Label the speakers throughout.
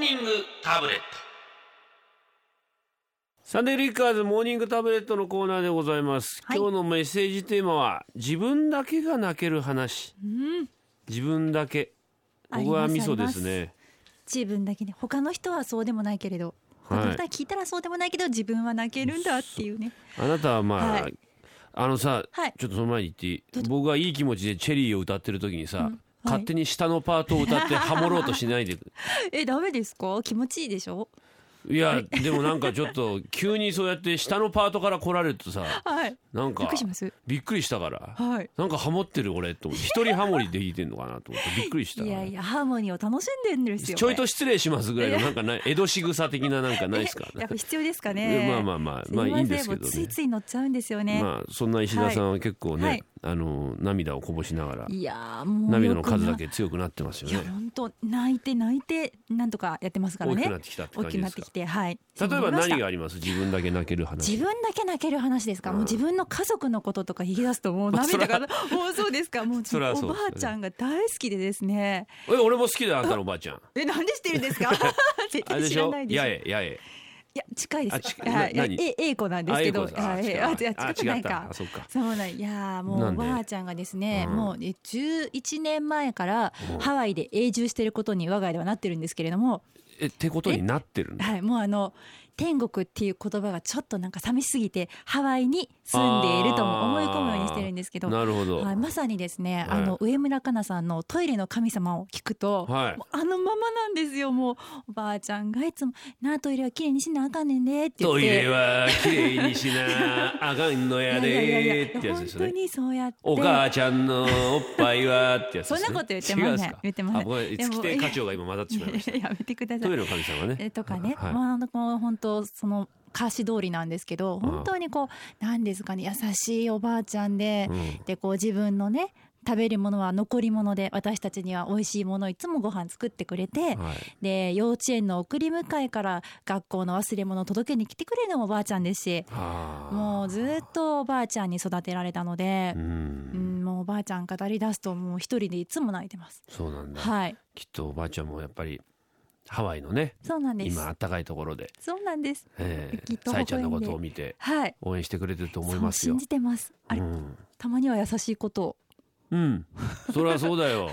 Speaker 1: ニングタブレット
Speaker 2: サンデーリッカーズモーニングタブレットのコーナーでございます、
Speaker 3: はい
Speaker 2: 今日のメッセージテーマは自分だけが泣ける話
Speaker 3: うん、
Speaker 2: 自分だけ
Speaker 3: あります
Speaker 2: 僕はミソですね
Speaker 3: 自分だけね他の人はそうでもないけれど、
Speaker 2: はい
Speaker 3: 他の人は聞いたらそうでもないけど自分は泣けるんだっていう ね
Speaker 2: あなたはまあ、
Speaker 3: はい
Speaker 2: あのさ、
Speaker 3: はい
Speaker 2: ちょっとその前に言っていい
Speaker 3: どうぞ
Speaker 2: 僕がいい気持ちでチェリーを歌ってる時にさ、
Speaker 3: うんはい
Speaker 2: 勝手に下のパートを歌ってハモろうとしないで
Speaker 3: えダメですか気持ちいいでしょ
Speaker 2: いやでもなんかちょっと急にそうやって下のパートから来られるとさ
Speaker 3: はい
Speaker 2: なんか
Speaker 3: びっくりします
Speaker 2: びっくりしたから
Speaker 3: はい
Speaker 2: なんかハモってる俺と思って一人ハモリで弾いてんのかなと思ってびっくりした
Speaker 3: いやいやハーモニーを楽しんでるんですよ
Speaker 2: ちょいと
Speaker 3: こ
Speaker 2: 失礼しますぐらいのなんかない江戸仕草的ななんかない
Speaker 3: れ
Speaker 2: ですか
Speaker 3: えやっぱ必要ですか
Speaker 2: い
Speaker 3: ね
Speaker 2: やまあまあまあ
Speaker 3: すいせ
Speaker 2: まあいいんですけどね
Speaker 3: もうついつい乗っちゃうんですよね、
Speaker 2: まあそんな石田さんは結構ね、
Speaker 3: はい
Speaker 2: あの涙をこぼしながら
Speaker 3: いやーもう
Speaker 2: 涙の数だ
Speaker 3: よ
Speaker 2: け強くなってますよ
Speaker 3: くないや
Speaker 2: ね
Speaker 3: 本当泣いて泣いてなんとかやってますから
Speaker 2: 大きくな
Speaker 3: ね
Speaker 2: ってきたって
Speaker 3: 大
Speaker 2: 感
Speaker 3: き
Speaker 2: じ
Speaker 3: く
Speaker 2: で
Speaker 3: なっ
Speaker 2: す
Speaker 3: て
Speaker 2: か
Speaker 3: きてはい
Speaker 2: 例えば
Speaker 3: そうなりました
Speaker 2: 何があります自分だけ泣ける
Speaker 3: 自
Speaker 2: 話
Speaker 3: 分だけ泣ける話ですか、もう自分の家族のこととか引き出すともう涙がもうそうですかもう
Speaker 2: そりゃ
Speaker 3: お
Speaker 2: そう
Speaker 3: ば
Speaker 2: ですよね
Speaker 3: あちゃんが大好きでですね
Speaker 2: え俺も好きだよあんたのおばあちゃん
Speaker 3: えなんで知ってるんですか 絶
Speaker 2: あれ
Speaker 3: 対
Speaker 2: で
Speaker 3: 知
Speaker 2: し
Speaker 3: ら
Speaker 2: ょ
Speaker 3: ないです
Speaker 2: やえやえ
Speaker 3: いや近い
Speaker 2: あ
Speaker 3: です
Speaker 2: 近い
Speaker 3: はい
Speaker 2: ない何
Speaker 3: え A 子なんですけど
Speaker 2: あ A 子さん
Speaker 3: はい
Speaker 2: 違う
Speaker 3: あ違う違
Speaker 2: あ
Speaker 3: くないか
Speaker 2: あそっか
Speaker 3: そうなんいやーもう
Speaker 2: な
Speaker 3: お
Speaker 2: んで
Speaker 3: ばあちゃんがですね、
Speaker 2: うん
Speaker 3: もうね11年前から
Speaker 2: うん
Speaker 3: ハワイで永住してることに我が家ではなってるんですけれども、
Speaker 2: えってことになってるんだ
Speaker 3: はい、もうあの天国っていう言葉がちょっとなんか寂しすぎてハワイに住んでいるとも思い込むようにしてるんですけど。
Speaker 2: なるほど、
Speaker 3: はい、まさにですね、
Speaker 2: はい
Speaker 3: あの上村かなさんの「トイレの神様」を聞くと、
Speaker 2: はい
Speaker 3: もうあのままなんですよもうおばあちゃんがいつも「なあトイレはきれいにしなあかんねんで」って言っ
Speaker 2: ト
Speaker 3: て
Speaker 2: イレはきれいにし なあかんのや
Speaker 3: いやいやいやい
Speaker 2: で
Speaker 3: や
Speaker 2: ーってやつですよ
Speaker 3: 本当
Speaker 2: ね
Speaker 3: にそうやって
Speaker 2: お母ちゃんのおっぱいはってやつです、ね、
Speaker 3: そんなこと言ってません
Speaker 2: 違うですか
Speaker 3: 言ってません
Speaker 2: あごめん
Speaker 3: でも
Speaker 2: 月亭課長が今混ざってしまいました
Speaker 3: やめてくださ
Speaker 2: トイ
Speaker 3: い
Speaker 2: レの神様ね
Speaker 3: えとかね、
Speaker 2: はい
Speaker 3: まああのこう本当その歌詞通りなんですけど本当にこう何ですかね優しいおばあちゃんで、
Speaker 2: うん
Speaker 3: でこう自分のね食べるものは残り物で私たちには美味しいものをいつもご飯作ってくれて、
Speaker 2: はい
Speaker 3: で幼稚園の送り迎えから学校の忘れ物を届けに来てくれるのもおばあちゃんですし
Speaker 2: あー
Speaker 3: もうずっとおばあちゃんに育てられたので
Speaker 2: う、
Speaker 3: うんん、もうおばあちゃん語り出すともう一人でいつも泣いてます。
Speaker 2: そうなんだ、
Speaker 3: はい、
Speaker 2: きっとおばあちゃんもやっぱりハワイのね
Speaker 3: そうなんです。
Speaker 2: 今あったかいところで、
Speaker 3: そうなんです。
Speaker 2: え
Speaker 3: きっ
Speaker 2: ー、
Speaker 3: と微笑んで
Speaker 2: さえちゃんのことを見て
Speaker 3: はい。
Speaker 2: 応援してくれてると思い
Speaker 3: そう
Speaker 2: ますよ
Speaker 3: 信じてます。あれ、
Speaker 2: うん、
Speaker 3: たまには優しいことを。
Speaker 2: うん、そりゃそうだよ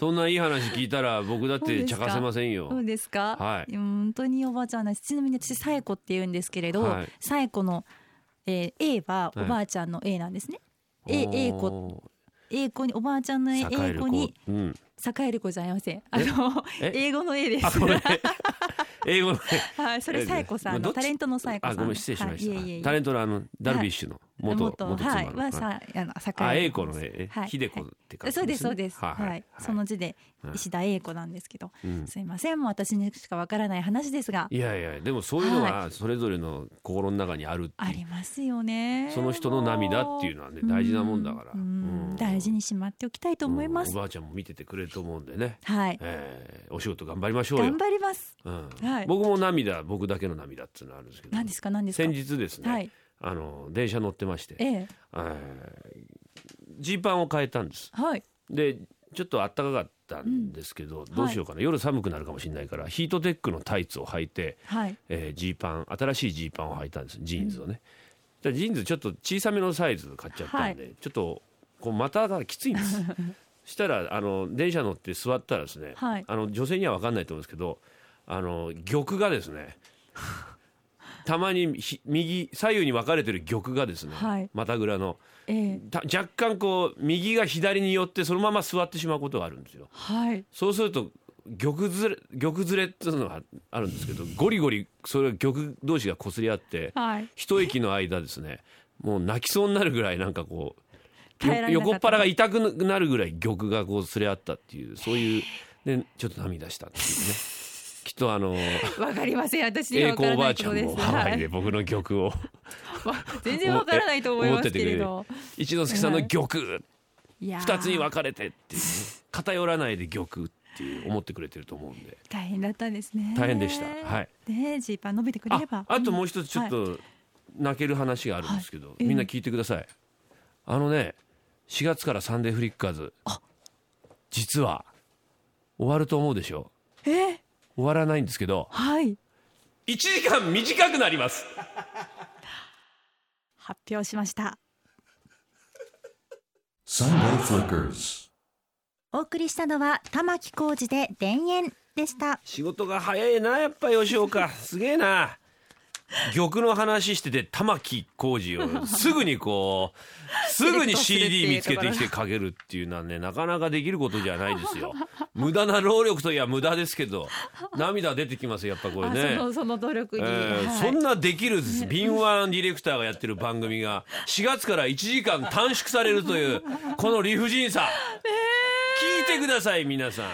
Speaker 2: そんないい話聞いたら僕だってちゃかせませんよ
Speaker 3: そうですか。
Speaker 2: はい
Speaker 3: や本当におばあちゃんなんです。ちなみに私サエコって言うんですけれど、
Speaker 2: はい
Speaker 3: サエコの、えー、A は
Speaker 2: はい
Speaker 3: おばあちゃんの A なんですね。えええ子
Speaker 2: お
Speaker 3: A 子におばあちゃんの
Speaker 2: ー
Speaker 3: A
Speaker 2: 栄える
Speaker 3: 子に
Speaker 2: 子う ん、
Speaker 3: 栄える子じゃありません。あの
Speaker 2: え
Speaker 3: 英語の A です。
Speaker 2: あご めん英語の
Speaker 3: はい、それサエコさん
Speaker 2: どっ
Speaker 3: の
Speaker 2: ち
Speaker 3: タレントのサエコさ
Speaker 2: あ
Speaker 3: ん。
Speaker 2: ごめん失礼しました、
Speaker 3: はい、いえいえいえ
Speaker 2: タレントのあのダルビッシュの元、
Speaker 3: 元
Speaker 2: 元妻
Speaker 3: は
Speaker 2: の、
Speaker 3: いはさあの
Speaker 2: あ
Speaker 3: 栄え
Speaker 2: 英
Speaker 3: る
Speaker 2: 子
Speaker 3: で
Speaker 2: の
Speaker 3: す
Speaker 2: ね
Speaker 3: はい
Speaker 2: 秀子って感
Speaker 3: は
Speaker 2: じ
Speaker 3: いそうですそうです。はい、その字で
Speaker 2: はい
Speaker 3: 石田英子なんですけど、
Speaker 2: うん
Speaker 3: すいませんもう私にしかわからない話ですが
Speaker 2: いやいやでもそういうの
Speaker 3: は
Speaker 2: がそれぞれの心の中にあるっていう
Speaker 3: ありますよね
Speaker 2: その人の涙っていうのはね大事なもんだから
Speaker 3: う
Speaker 2: うん
Speaker 3: ん大事にしまっておきたいと思いま
Speaker 2: う
Speaker 3: す
Speaker 2: んおばあちゃんも見ててくれると思うんでね、
Speaker 3: はい
Speaker 2: えーお仕事頑張りましょうよ
Speaker 3: 頑、張ります
Speaker 2: うん
Speaker 3: はい
Speaker 2: 僕も涙僕だけの涙っていうのあるんですけど
Speaker 3: 何ですか何ですか
Speaker 2: 先日ですね、
Speaker 3: はい
Speaker 2: あの電車乗ってまして
Speaker 3: ええ
Speaker 2: えージーパンを変えたんです
Speaker 3: はい
Speaker 2: でちょっと暖かかったんですけど、どうしようかな、夜寒くなるかもしれないからヒートテックのタイツを履いて
Speaker 3: はい
Speaker 2: えージー、パン新しいジーパンを履いたんですジーンズをね、でジーンズちょっと小さめのサイズ買っちゃったんで、ちょっとこう股がきついんです したらあの電車乗って座ったらですね、
Speaker 3: はい
Speaker 2: あの女性には分かんないと思うんですけどあの玉がです ねたまにひ右左右に分かれてる玉がですね、
Speaker 3: はい
Speaker 2: 股ぐらの
Speaker 3: ええ
Speaker 2: た若干こう右が左に寄ってそのまま座ってしまうことがあるんですよ。
Speaker 3: はい
Speaker 2: そうすると玉ずれ玉ずれっていうのがあるんですけどゴリゴリそれが玉同士が擦り合って
Speaker 3: はい
Speaker 2: 一息の間ですねもう泣きそうになるぐらいなんかこう
Speaker 3: 耐えら
Speaker 2: よ
Speaker 3: れなか
Speaker 2: 横
Speaker 3: った
Speaker 2: っ腹が痛くなるぐらい玉がこう擦れ合ったっていうそういうでちょっと涙したって いうねきっとあの
Speaker 3: わかりません私には
Speaker 2: 栄
Speaker 3: わか
Speaker 2: 子お
Speaker 3: ら
Speaker 2: ば
Speaker 3: な
Speaker 2: あ
Speaker 3: い
Speaker 2: ち
Speaker 3: こ
Speaker 2: ゃん
Speaker 3: とです
Speaker 2: もハワイで
Speaker 3: はい
Speaker 2: 僕の玉を
Speaker 3: わ全然わからないと思いますけれど
Speaker 2: 一之輔さんの玉
Speaker 3: いやー
Speaker 2: 二つに分かれてっていうね偏らないで玉っていう思ってくれてると思うんで
Speaker 3: 大変だったんですね
Speaker 2: 大変でしたはい
Speaker 3: ねえジーパン伸びてくれれば
Speaker 2: ああともう一つちょっと泣ける話があるんですけど、
Speaker 3: ええ
Speaker 2: みんな聞いてくださいあのね4月から「サンデーフリッカーズ」実は終わると思うでしょ
Speaker 3: え
Speaker 2: 終わらないんですけど
Speaker 3: はい
Speaker 2: 1時間短くなります
Speaker 3: 発表しました
Speaker 1: Sunday Flickers.
Speaker 4: お送りしたのは玉置浩二で田園でした
Speaker 2: 仕事が早いなやっぱ吉岡すげえな玉の話してて玉置浩二をすぐにこうすぐに CD 見つけてきてかけるっていうのはねなかなかできることじゃないですよ無駄な労力といや無駄ですけど涙出てきますやっぱこれね
Speaker 3: あそのその努力に、
Speaker 2: えー
Speaker 3: はい
Speaker 2: そんなできるです敏腕ディレクターがやってる番組が4月から1時間短縮されるというこの理不尽さ、聞いてください皆さ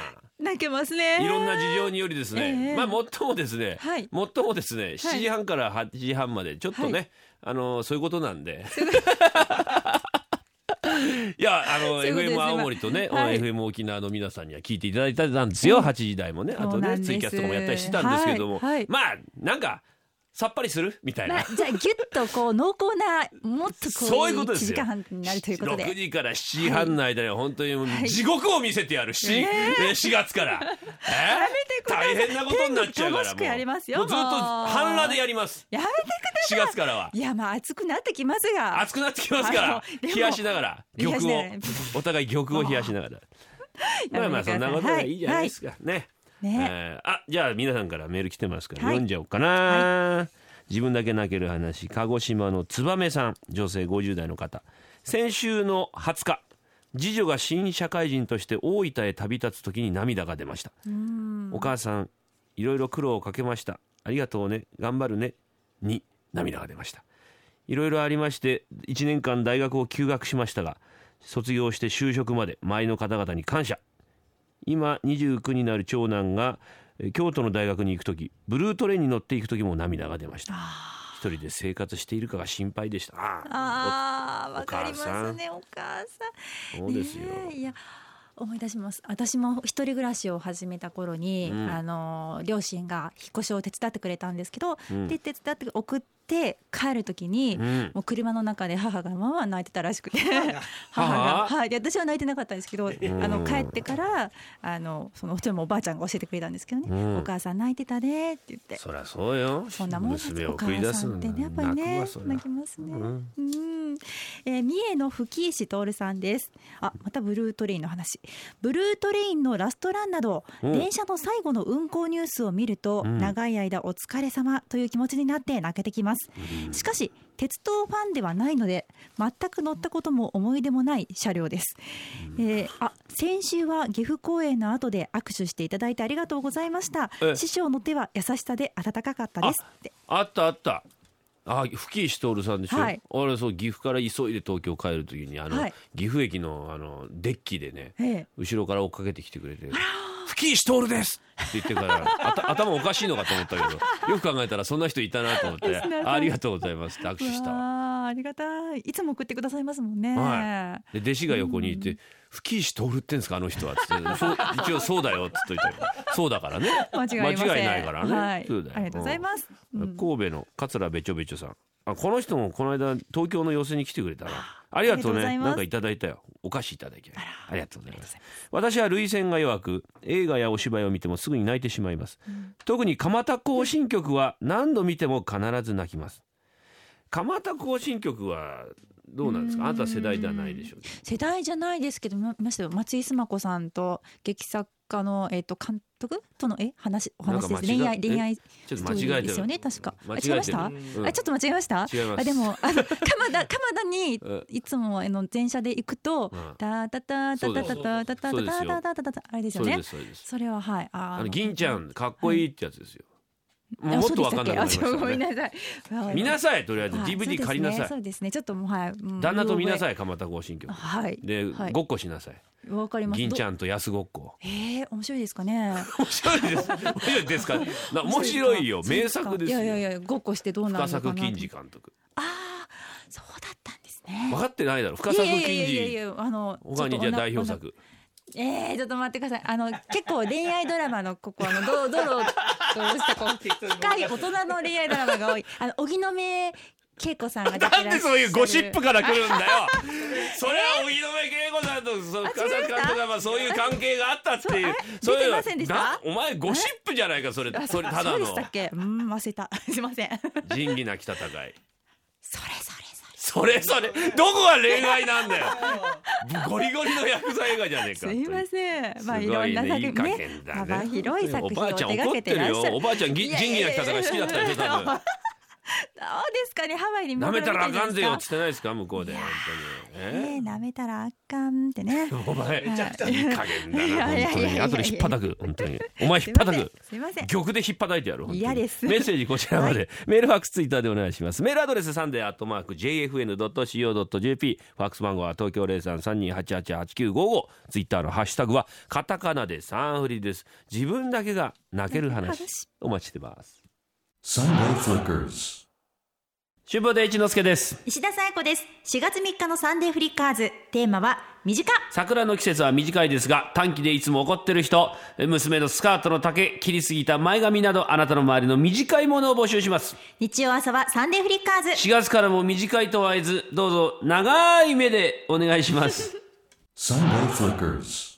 Speaker 3: 泣けますね
Speaker 2: んいろんな事情によりですね、
Speaker 3: えー
Speaker 2: まあもっともですね、
Speaker 3: はい
Speaker 2: もっともですね7時半から8時半までちょっとね、
Speaker 3: は
Speaker 2: あのそういうことなんで。 いやあの
Speaker 3: そういうことです
Speaker 2: FM 青森とね、
Speaker 3: 今はい
Speaker 2: FM 沖縄の皆さんには聞いていただいてたんですよ、8時台もねあ
Speaker 3: そ
Speaker 2: と
Speaker 3: うなん
Speaker 2: ね
Speaker 3: です
Speaker 2: ツイキャスとかもやったりしてたんですけども、
Speaker 3: はいはい
Speaker 2: まあなんかさっぱりするみたい
Speaker 3: ま
Speaker 2: な
Speaker 3: あ、じゃあギュッとこう濃厚なもっとこ
Speaker 2: そう
Speaker 3: う
Speaker 2: いう
Speaker 3: い
Speaker 2: こと
Speaker 3: 1
Speaker 2: ですよ
Speaker 3: 時間半になるということで
Speaker 2: 6時から7時半の間には本当にもう地獄を見せてやる、7えー4月 から、え
Speaker 3: めてください
Speaker 2: 大変なことになっちゃうから
Speaker 3: 天国楽しくやりますよ
Speaker 2: もうずっと
Speaker 3: もう
Speaker 2: 半裸でやります
Speaker 3: やめて
Speaker 2: 4月からはい
Speaker 3: やまあ暑くなってきますが
Speaker 2: 暑くなってきますか
Speaker 3: あ
Speaker 2: ら
Speaker 3: のでも
Speaker 2: 冷やしながら
Speaker 3: 冷
Speaker 2: 玉
Speaker 3: やしながら
Speaker 2: をお互い玉を冷やしな がらまあまあそんなこと
Speaker 3: やめてください
Speaker 2: でいいじゃないですか、ね
Speaker 3: ね、
Speaker 2: えーあじゃあ皆さんからメール来てますから、
Speaker 3: はい
Speaker 2: 読んじゃおうかな、自分だけ泣ける話鹿児島の燕さん女性50代の方先週の20日次女が新社会人として大分へ旅立つ時に涙が出ましたお母さんいろいろ苦労をかけましたありがとうね頑張るねに涙が出ましたいろいろありまして1年間大学を休学しましたが卒業して就職まで周りの方々に感謝今29になる長男がえー京都の大学に行く時ブルートレインに乗って行く時も涙が出ました一人で生活しているかが心配でしたあ
Speaker 3: ああ
Speaker 2: お
Speaker 3: わかりますねお母さ
Speaker 2: ーそ
Speaker 3: ん
Speaker 2: うですよ、
Speaker 3: ねえいや思い出します私も一人暮らしを始めた頃に、
Speaker 2: うん
Speaker 3: あの両親が引っ越しを手伝ってくれたんですけど、
Speaker 2: うん
Speaker 3: で手伝って送って帰る時に、
Speaker 2: うん
Speaker 3: もう車の中で母がまあまあ泣いてたらしくて母
Speaker 2: 母
Speaker 3: が、はい、で私は泣いてなかったんですけど、あの帰ってからあのそのそれもおばあちゃんが教えてくれたんですけどね
Speaker 2: う
Speaker 3: 「
Speaker 2: ん
Speaker 3: お母さん泣いてたね」って言って
Speaker 2: そりゃそうよ
Speaker 3: そんなもんです
Speaker 2: 娘を
Speaker 3: お
Speaker 2: 送り
Speaker 3: 母
Speaker 2: 出
Speaker 3: さ
Speaker 2: す
Speaker 3: ん
Speaker 2: の
Speaker 3: ってねやっぱりね
Speaker 2: 泣くわそりゃ
Speaker 3: 泣きますね。
Speaker 2: うん
Speaker 3: うん、えー三重の吹石徹さんです。あ、またブルートレインの話。ブルートレインのラストランなど、
Speaker 2: うん
Speaker 3: 電車の最後の運行ニュースを見ると、
Speaker 2: うん
Speaker 3: 長い間お疲れ様という気持ちになって泣けてきます。しかし、鉄道ファンではないので、全く乗ったことも思い出もない車両です。えーあ、先週は岐阜公演の後で握手していただいてありがとうございました
Speaker 2: え。
Speaker 3: 師匠の手は優しさで温かかったですって。
Speaker 2: あったあった。あ、吹石徹さんでしょ。
Speaker 3: はい
Speaker 2: 俺そう岐阜から急いで東京帰る時にあの、
Speaker 3: はい
Speaker 2: 岐阜駅のあのデッキでね、
Speaker 3: ええ
Speaker 2: 後ろから追っかけてきてくれて。吹石徹ですって言ってからあた頭おかしいのかと思ったけどよく考えたらそんな人いたなと思って
Speaker 3: ですね
Speaker 2: あありがとうございますって握手したわ
Speaker 3: わあありがたいいつも送ってくださいますもんね、
Speaker 2: はで弟子が横にいて「吹石徹ってんですかあの人は」つってそう「一応そうだよ」っつっといて「そうだからね
Speaker 3: 間違いありません
Speaker 2: 間違いないからね
Speaker 3: はい、
Speaker 2: そうだよ
Speaker 3: ありがとうございます、う
Speaker 2: 神
Speaker 3: ん
Speaker 2: 戸の桂べちょべちょさんあこの人もこの間東京の寄せに来てくれたなありがとうね
Speaker 3: ありがとうございます
Speaker 2: なんかいただいたよお菓子いただきありがとうございます私は涙腺が弱く映画やお芝居を見てもすぐに泣いてしまいます、特に蒲田行進曲は何度見ても必ず泣きます蒲田行進曲はどうなんですかあなた世代ではないでしょうけど
Speaker 3: 世代じゃないですけどまましてよ松井須磨子さんと劇作家のえっ、と監督とのえ話お話です
Speaker 2: なんか間違い
Speaker 3: 恋愛恋愛ス
Speaker 2: ちょっと
Speaker 3: ト
Speaker 2: 間
Speaker 3: ー
Speaker 2: 違えて
Speaker 3: リーで
Speaker 2: る
Speaker 3: すよね確か
Speaker 2: 間
Speaker 3: あ違い
Speaker 2: 違え
Speaker 3: ま
Speaker 2: て
Speaker 3: し
Speaker 2: る
Speaker 3: た、
Speaker 2: うん
Speaker 3: あちょっと間違えました
Speaker 2: 違います
Speaker 3: あでもあの鎌田鎌田に
Speaker 2: うん
Speaker 3: いつもあの電車で行くと、
Speaker 2: うん
Speaker 3: タタタタタタタタタタタ
Speaker 2: そうですよ
Speaker 3: タタタタあれです
Speaker 2: そ
Speaker 3: よ
Speaker 2: う
Speaker 3: ね
Speaker 2: ですそうです
Speaker 3: それははいあー
Speaker 2: あの銀ちゃんかっこいいってやつですよ、
Speaker 3: あ
Speaker 2: もうもっとわかんなくなりまし
Speaker 3: そうでしたたっけあちょご
Speaker 2: ね
Speaker 3: めんなさい。わ
Speaker 2: 見なさいとりあえず
Speaker 3: はい
Speaker 2: DVD 借りなさい、
Speaker 3: そうですね。そうですねちょっともうはい。うん
Speaker 2: 旦那と見な
Speaker 3: う
Speaker 2: さい蒲田行進曲
Speaker 3: ろ覚えはい。
Speaker 2: で、
Speaker 3: はい
Speaker 2: ごっこしなさい
Speaker 3: わかります。
Speaker 2: 銀ち
Speaker 3: ん。
Speaker 2: ゃんと安ごっこ
Speaker 3: ええ面白いですかね。
Speaker 2: 面白いです面白いですかな 面白いよ
Speaker 3: そう
Speaker 2: 名
Speaker 3: か
Speaker 2: 作ですよ
Speaker 3: いやいやいやごっこしてどうな
Speaker 2: 深
Speaker 3: るのか
Speaker 2: 作
Speaker 3: な。
Speaker 2: 金次監督
Speaker 3: ああそうだったんですね。
Speaker 2: 分かってないだろ深作金
Speaker 3: いやいやいや
Speaker 2: 次
Speaker 3: いやあの
Speaker 2: 他にじゃあ代表。
Speaker 3: ちょっとおなおな
Speaker 2: 作
Speaker 3: ええちょっと待ってください。あの結構恋愛ドラマのここあ のドドロとしてこう深い大人の恋愛ドラマが多い。あの荻野目恵子さんが出てらっし
Speaker 2: な
Speaker 3: ゃ
Speaker 2: ん
Speaker 3: る
Speaker 2: でそういうゴシップから来るんだよ。 それは荻野目恵子さんとそう深作監督がまあそういう関係があったっていう。
Speaker 3: そうあ
Speaker 2: そう
Speaker 3: れ
Speaker 2: いうの
Speaker 3: 出てませんでした
Speaker 2: なお前ゴシップじゃないかそれ。それた
Speaker 3: そ
Speaker 2: だ
Speaker 3: うで
Speaker 2: の
Speaker 3: したっけうん忘れた すいません
Speaker 2: 仁義なき戦い。
Speaker 3: それそれそれ
Speaker 2: それそれどこが恋愛なんだよ。ゴリゴリの薬剤映画じゃねえか。
Speaker 3: すいませんまあ
Speaker 2: す
Speaker 3: い
Speaker 2: ご
Speaker 3: ろん
Speaker 2: い
Speaker 3: な
Speaker 2: ねい
Speaker 3: 作
Speaker 2: い
Speaker 3: 品
Speaker 2: 加
Speaker 3: ね
Speaker 2: 減だね。
Speaker 3: 幅広い作
Speaker 2: お
Speaker 3: 品
Speaker 2: ばあ
Speaker 3: を
Speaker 2: ち
Speaker 3: 手
Speaker 2: ゃん
Speaker 3: 掛
Speaker 2: 怒
Speaker 3: け
Speaker 2: っててる
Speaker 3: らっ
Speaker 2: よ
Speaker 3: しゃ。
Speaker 2: お
Speaker 3: る
Speaker 2: ばあちゃんぎ仁義なき戦い好きだったでしょ多 分。
Speaker 3: そうですかねハワイに
Speaker 2: 舐めたらあかんぜよっ
Speaker 3: 潜
Speaker 2: つってないですか向こうで本当
Speaker 3: られてる
Speaker 2: に。え
Speaker 3: んですかねえ舐めたらあかんって ね
Speaker 2: お前
Speaker 3: めちゃくちゃ
Speaker 2: いい加減だ
Speaker 3: い
Speaker 2: な
Speaker 3: やいや
Speaker 2: 本当
Speaker 3: いやい
Speaker 2: に
Speaker 3: や
Speaker 2: 後で引っ叩く本当にお前引っ叩く
Speaker 3: すいませんすいません
Speaker 2: 玉で引っ叩いてやる本当に
Speaker 3: 嫌です
Speaker 2: メッセージこちらまで、メールファックスツイッターでお願いしますメールアドレスサンデーアットマーク JFN.CO.JP ファックス番号は東京0332888955ツイッターのハッシュタグはカタカナでサンフリです自分だけが泣ける話お待ちしてます
Speaker 1: Sunday Flickers.
Speaker 2: 春風亭一之輔です
Speaker 4: 石田紗友子です。4月3日のサンデーフリッカーズ、テーマは、短。
Speaker 2: 桜の季節は短いですが短期でいつも怒ってる人娘のスカートの丈切りすぎた前髪などあなたの周りの短いものを募集します
Speaker 4: 日曜朝はサンデーフリッカーズ。
Speaker 2: 4月からも短いとは言えずどうぞ長い目でお願いします
Speaker 1: Sunday Flickers.